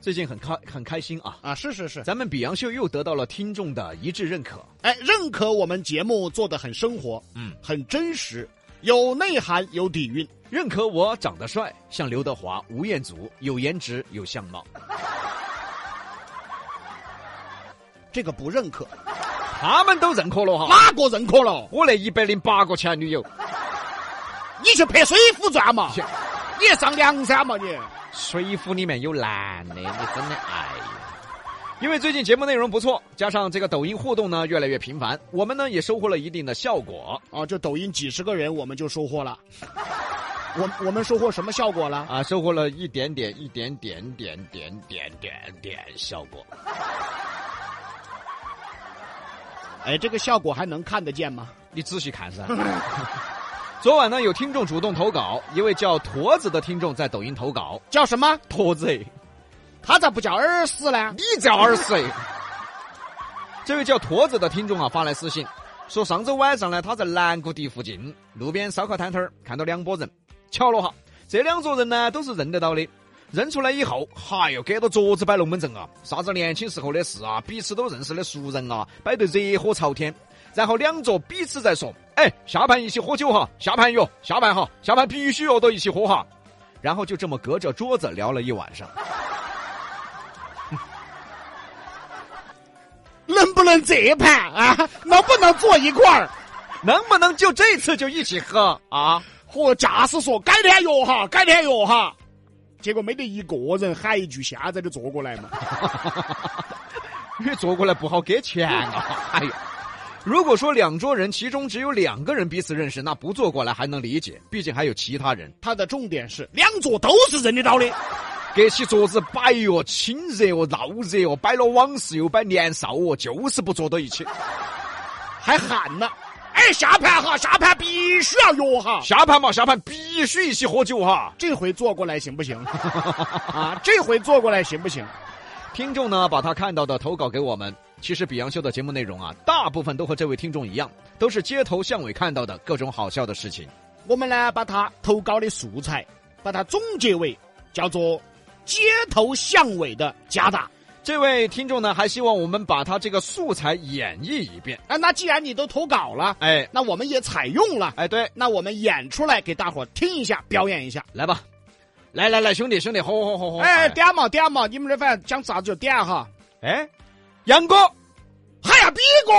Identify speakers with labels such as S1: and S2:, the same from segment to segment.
S1: 最近很开很开心啊！
S2: 啊，是是是，
S1: 咱们比洋秀又得到了听众的一致认可。
S2: 哎，认可我们节目做的很生活，
S1: 嗯，
S2: 很真实，有内涵，有底蕴。
S1: 认可我长得帅，像刘德华、吴彦祖，有颜值，有相貌。
S2: 这个不认可，
S1: 他们都认可了哈。
S2: 哪个认可了？
S1: 我那一百零八个前女友，
S2: 你去拍《水浒传》嘛
S1: 切？
S2: 你上梁山嘛你？
S1: 水浒里面有男的，你真的哎呀！因为最近节目内容不错，加上这个抖音互动呢越来越频繁，我们呢也收获了一定的效果
S2: 啊，就抖音几十个人，我们就收获了。我我们收获什么效果了？
S1: 啊，收获了一点点、一点点、点点点点点效果。
S2: 哎，这个效果还能看得见吗？
S1: 你仔细看噻。 昨晚呢，有听众主动投稿，一位叫驼子的听众在抖音投稿，
S2: 叫什么？
S1: 驼子，
S2: 他咋不叫耳屎呢？
S1: 你叫耳屎！ 这位叫驼子的听众啊，发来私信说，上周晚上呢，他在南固地附近路边烧烤摊摊儿看到两拨人，巧了哈，这两撮人呢都是认得到的。认出来以后，嗨哟，隔着桌子摆龙门阵啊，啥子年轻时候的事啊，彼此都认识的熟人啊，摆得热火朝天。然后两桌彼此在说：“哎，下盘一起喝酒哈，下盘哟，下盘哈，下盘必须哦要到一起喝哈。”然后就这么隔着桌子聊了一晚上。
S2: 能不能这盘啊？能不能坐一块儿？
S1: 能不能就这次就一起喝啊？
S2: 嚯，驾驶说改天约哈，改天约哈。结果没得一个人喊一句，现在就坐过来嘛。
S1: 因为坐过来不好给钱啊！ 哎呀，如果说两桌人其中只有两个人彼此认识，那不坐过来还能理解，毕竟还有其他人。
S2: 他的重点是两桌都是认得到的，
S1: 隔起桌子摆哟，亲热哟，闹热哟，摆了往事又摆年少哦，就是不坐到一起。
S2: 还喊呢。哎，下盘哈，下盘必须要约哈。
S1: 下盘嘛，下盘必须一起喝酒哈。
S2: 这回坐过来行不行？ 啊，这回坐过来行不行？
S1: 听众呢，把他看到的投稿给我们。其实比洋秀的节目内容啊，大部分都和这位听众一样，都是街头巷尾看到的各种好笑的事情。
S2: 我们呢，把他投稿的素材，把它总结为叫做“街头巷尾的加大
S1: 这位听众呢，还希望我们把他这个素材演绎一遍。”。
S2: 啊，那既然你都投稿了，
S1: 哎
S2: 那我们也采用了，
S1: 哎，对，
S2: 那我们演出来给大伙儿听一下，表演一下。
S1: 来吧，来来来，兄弟兄弟，吼吼吼吼！
S2: 哎，点嘛点嘛，你们这反正讲啥子就点哈。
S1: 哎，杨哥，
S2: 哎呀，比哥，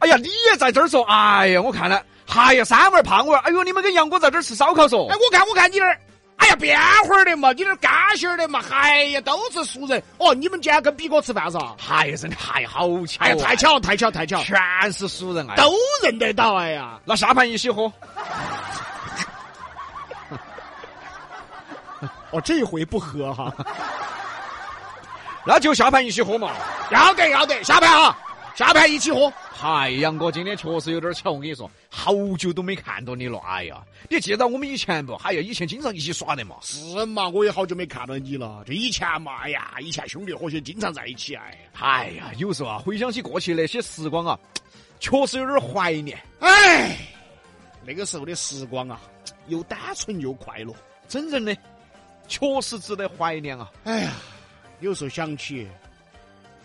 S1: 哎呀，你也在这儿说，哎呀，我看了，哎呀，三味儿胖味儿，哎呦，你们跟杨哥在这儿吃烧烤嗦
S2: 哎，，我看我看你这儿，哎呀，变会儿的嘛，你这儿干心儿的嘛，哎呀，都是熟人。哦，你们今天跟比哥吃饭是吧？
S1: 哎呀，真的，哎呀，好巧、
S2: 哎呀，哎太，巧了，太巧，太巧，
S1: 全是熟人哎。
S2: 都认得到哎呀。
S1: 那下盘一起喝，
S2: 哦，这回不喝哈，
S1: 那就下盘一起喝嘛。
S2: 要得要得，下盘啊，下盘一起喝。
S1: 嗨，杨哥，今天确实有点巧，我跟你说，好久都没看到你了。哎呀，你记得我们以前不？哎呀，以前经常一起耍的嘛。
S2: 是嘛，我也好久没看到你了。这以前嘛，哎呀，以前兄弟伙些经常在一起，哎呀，
S1: 哎呀，有时候啊，回想起过去那些时光啊，确实有点怀念。
S2: 哎，那个时候的时光啊，又单纯又快乐。
S1: 真正的，确实值得怀念啊。
S2: 哎呀，有时候想起，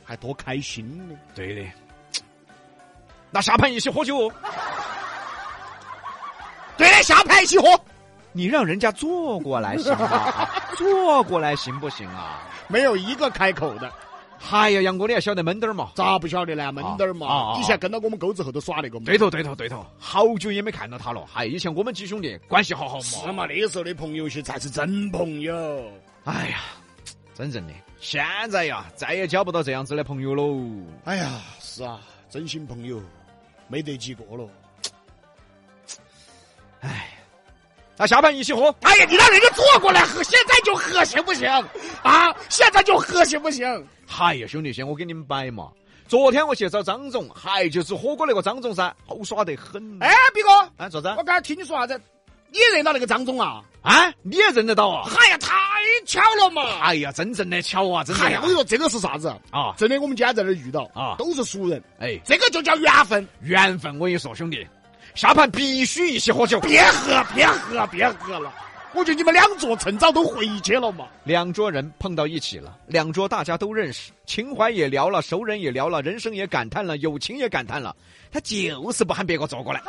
S2: 还多开心呢。
S1: 对的，那下盘一起喝酒哦。
S2: 对，下盘一起喝。
S1: 你让人家坐过来行吗、啊？ 坐过来行不行啊？
S2: 没有一个开口的，
S1: 哎呀，杨哥，你还晓得闷点儿嘛？
S2: 咋不晓得呢？闷点儿嘛，
S1: 啊啊啊
S2: 以前跟到我们沟子后头耍那个嘛。
S1: 对头，对头，对头，好久也没看到他了。哎嗨，以前我们几兄弟关系好好
S2: 是
S1: 嘛。
S2: 嘛？那时候的朋友些才是真朋友。
S1: 哎呀，真正的，现在呀，再也交不到这样子的朋友喽。
S2: 哎呀，是啊，真心朋友没得几个了。
S1: 那下盘一起喝。
S2: 哎呀，你让人家坐过来喝，现在就喝行不行？啊，现在就喝行不行？
S1: 嗨呀，兄弟些，我给你们摆嘛。昨天我去找张总，嗨，就是火锅那个张总噻，好耍得很。
S2: 哎，毕哥，
S1: 哎，咋子？
S2: 我刚才听你说啥子？你认到那个张总啊？
S1: 啊，你也认得到啊？
S2: 哎呀，太巧了嘛！
S1: 哎呀，真正的巧啊，真
S2: 哎呀，我跟你
S1: 的
S2: 说这个是啥子？
S1: 啊！
S2: 真的，我们今天在这儿遇到
S1: 啊
S2: 都是熟人，
S1: 哎，
S2: 这个就叫缘分。
S1: 缘分，我跟你说，兄弟，下盘必须一起喝酒。
S2: 别喝，别喝，别喝了！我觉得你们两桌趁早都回去了嘛。
S1: 两桌人碰到一起了，两桌大家都认识，情怀也聊了，熟人也聊了，人生也感叹了，友情也感叹了，他就是不喊别个坐过来。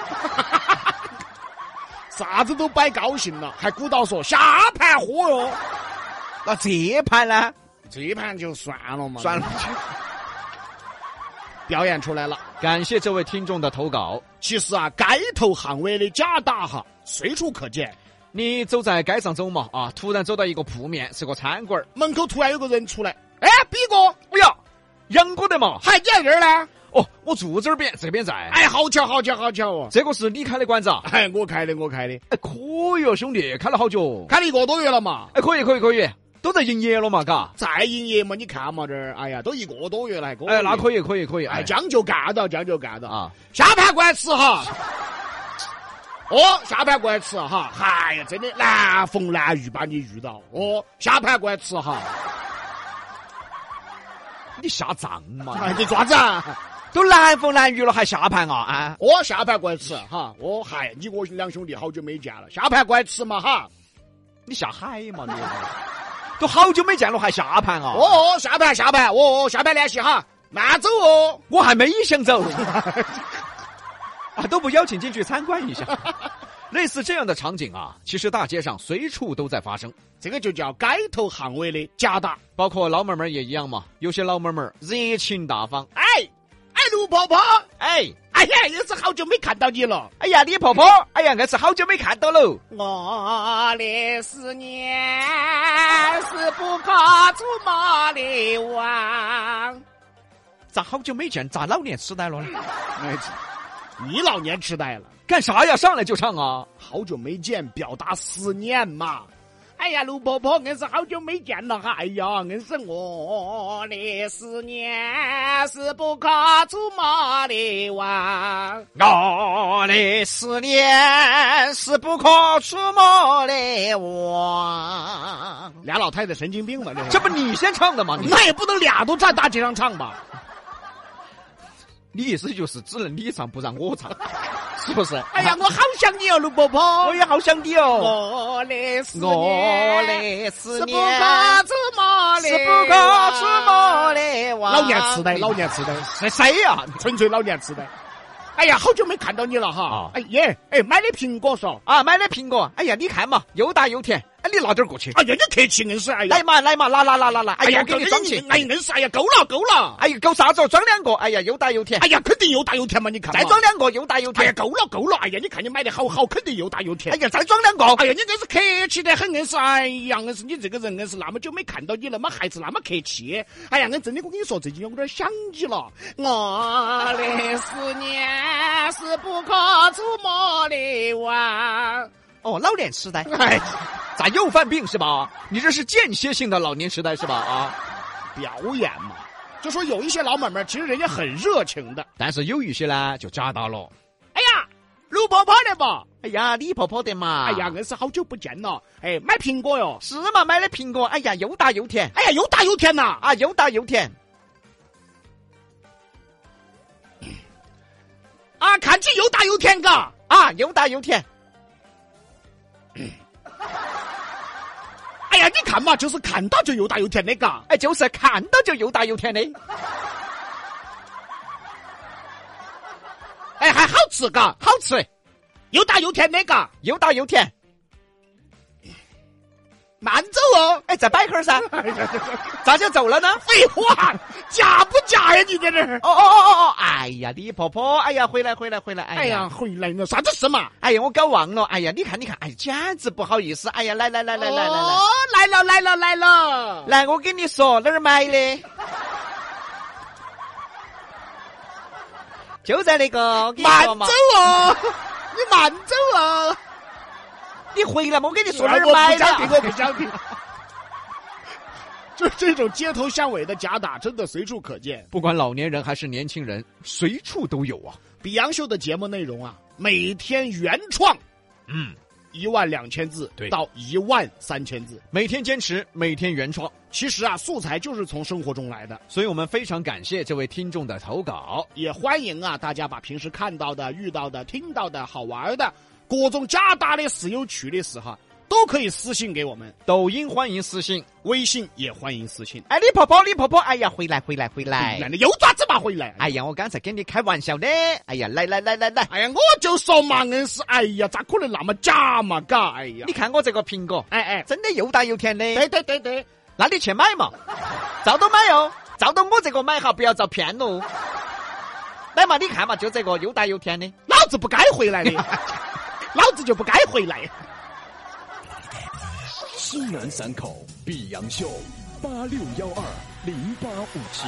S2: 啥子都摆高兴了，还鼓捣说下盘喝哟。
S1: 那这盘 呢？
S2: 这盘就算了嘛，
S1: 算了，
S2: 表演出来了。
S1: 感谢这位听众的投稿。
S2: 其实啊，街头巷尾的假打哈随处可见。
S1: 你走在街上走嘛啊，突然走到一个铺面，是个餐馆儿。
S2: 门口突然有个人出来，哎，比哥，
S1: 哎呀，杨哥的嘛！
S2: 嗨，你在这儿呢？
S1: 哦，我住这边，这边在。
S2: 哎，好巧，好巧，好巧哦！
S1: 这个是你开的馆子啊？
S2: 哎，我开的，我开的，
S1: 哎，可以哦，兄弟，开了好久。
S2: 开了一个多月了嘛，
S1: 哎，可以，可以，可以，都在营业了嘛，嘎。
S2: 再营业嘛，你看嘛这儿，哎呀，都一个多月了，还可以。
S1: 哎，那
S2: 以，
S1: 可以，可以，可以。
S2: 哎，
S1: 哎，
S2: 将就干到，将就干到。
S1: 啊，
S2: 下盘过来吃哈。哦，下盘过来吃哈！哎呀，真的难逢难遇，把你遇到哦，下盘过来吃哈！
S1: 你下账嘛，
S2: 哎，你爪子啊？
S1: 都难逢难遇了还下盘啊？啊，
S2: 哦，下盘过来吃哈！哦，嗨，你我两兄弟好久没见了，下盘过来吃嘛哈！
S1: 你下海嘛你？都好久没见了还下盘啊？
S2: 哦哦，下盘下盘，哦哦，下盘联系哈，慢走哦。
S1: 我还没想走，啊，都不邀请进去参观一下。类似这样的场景啊，其实大街上随处都在发生，
S2: 这个就叫街头巷尾的假打。
S1: 包括老妹儿们也一样嘛。有些老妹儿们儿热情大方，
S2: 哎，哎，卢婆婆，
S1: 哎，
S2: 哎呀，也是好久没看到你了。
S1: 哎呀，李婆婆，哎呀，硬是好久没看到喽。
S2: 我的思念是不可触摸的网。
S1: 咋好久没见？咋老年痴呆了呢？
S2: 哎，你老年痴呆了，
S1: 干啥呀？上来就唱啊！
S2: 好久没见，表达思念嘛。哎呀，卢婆婆，硬是好久没见了哈！哎呀，硬是我的思念是不可触摸的网。
S1: 我的思念是不可触摸的网。
S2: 俩老太太神经病吧？这
S1: 这不你先唱的吗？你
S2: 那也不能俩都站大街上唱吧？
S1: 你意思就是只能你唱不让我唱，是不是？
S2: 哎呀，我好想你哦，卢婆婆。
S1: 也好想你哦。
S2: 我的思
S1: 我
S2: 念
S1: 的思
S2: 是不
S1: 念
S2: 可触摸的，
S1: 是不可触摸。的网。
S2: 老年痴呆，老年痴呆，
S1: 谁哎谁呀？
S2: 纯粹老年痴呆。哎呀，好久没看到你了哈
S1: 啊！
S2: 哎耶，哎，买的苹果嗦。
S1: 啊，买的苹果，哎呀，你看嘛，又大又甜，哎，你拿点儿过去。
S2: 哎呀，你客气硬是，哎呀
S1: 来，嘛来嘛，拿拿拿拿拿，哎呀，我给你装起。
S2: 哎呀，硬是，哎呀，够了够了。
S1: 哎呀，够啥子？装两个，哎呀，又大又甜。
S2: 哎呀，肯定又大又甜嘛，你看嘛。
S1: 再装两个，又大又
S2: 哎呀，
S1: 甜。
S2: 够了够了。哎呀，你看你买的好好，肯定又大又甜
S1: 哎。呀，再装两个。
S2: 哎呀，你硬是客气得很，硬是哎呀，硬是你这个人硬是那么久没看到你了嘛，还是那么客气。哎呀，硬真的，我跟你说，最近有点想你了。我的思念是不可触摸的网。
S1: 哦，老年痴呆，
S2: 哎，
S1: 咋又犯病是吧？你这是间歇性的老年痴呆是吧？啊，
S2: 表演嘛，就说有一些老买卖，其实人家很热情的。
S1: 但是有一些呢就假到了。
S2: 哎呀，卢婆婆的嘛，
S1: 哎呀，李婆婆的嘛，
S2: 哎呀，，硬是好久不见了。哎，买苹果哟。
S1: 是嘛？买的苹果，哎呀，又大又甜，
S2: 哎呀，又大又甜呐、
S1: 啊，又大又甜。
S2: 啊，看起又大又甜嘎。
S1: 啊，又大又甜，
S2: 哎呀，你看嘛，就是看到就又大又甜的嘎。
S1: 哎，就是看到就又大又甜的。
S2: 哎，还好吃嘎，
S1: 好吃，
S2: 又大又甜的嘎，
S1: 又大又甜。
S2: 慢走哦。
S1: 哎，再摆会儿 噻，咋就走了呢？
S2: 废话，假不假呀？你在这儿？
S1: 哦哦哦哦哦！哎呀，李婆婆，哎呀，回来回来回来！
S2: 哎呀，，回来了，啥子事嘛？
S1: 哎呀，我搞忘了！哎呀，你看你看，哎，简直不好意思！哎呀，来来来来来来来
S2: 哦，来了来了来了。
S1: 来，我跟你说哪儿买的，就在那个，我跟你
S2: 慢
S1: 说
S2: 走
S1: 嘛，
S2: 哦，你慢走哦。
S1: 你回来嘛，我跟你说
S2: 哎
S1: 哪
S2: 我
S1: 儿
S2: 不
S1: 买
S2: 想听，
S1: 的。
S2: 我不想听。 就是这种街头巷尾的假打，真的随处可见。
S1: 不管老年人还是年轻人，随处都有啊。
S2: 比洋秀的节目内容啊，每天原创
S1: 嗯，
S2: 一万两千字
S1: 对
S2: 到一万三千字。
S1: 每天坚持，每天原创，
S2: 其实啊，素材就是从生活中来的。
S1: 所以我们非常感谢这位听众的投稿。
S2: 也欢迎啊大家把平时看到的、遇到的、听到的好玩的各种假打的事、有趣的事哈，都可以私信给我们，
S1: 抖音欢迎私信。
S2: 微信也欢迎私信。哎
S1: 哎，你婆婆，你婆婆，哎呀，回来，回来，回
S2: 男
S1: 来！
S2: 的有爪子嘛回来？
S1: 哎呀，我刚才跟你开玩笑的。哎呀，来来来来来，
S2: 哎呀，我就说嘛，硬是，哎呀，咋可能那么假嘛？嘎，哎呀
S1: 你，看我这个苹果，
S2: 哎哎，
S1: 真的又大又甜的。
S2: 对对对对，
S1: 那你去买嘛，照到买哦，照到我这个买哈，不要遭骗喽。来嘛，你看嘛，就这个又大又甜的。
S2: 老子不该回来的， 老子就不该回来。
S3: 西南三口碧阳秀八六幺二零八五七。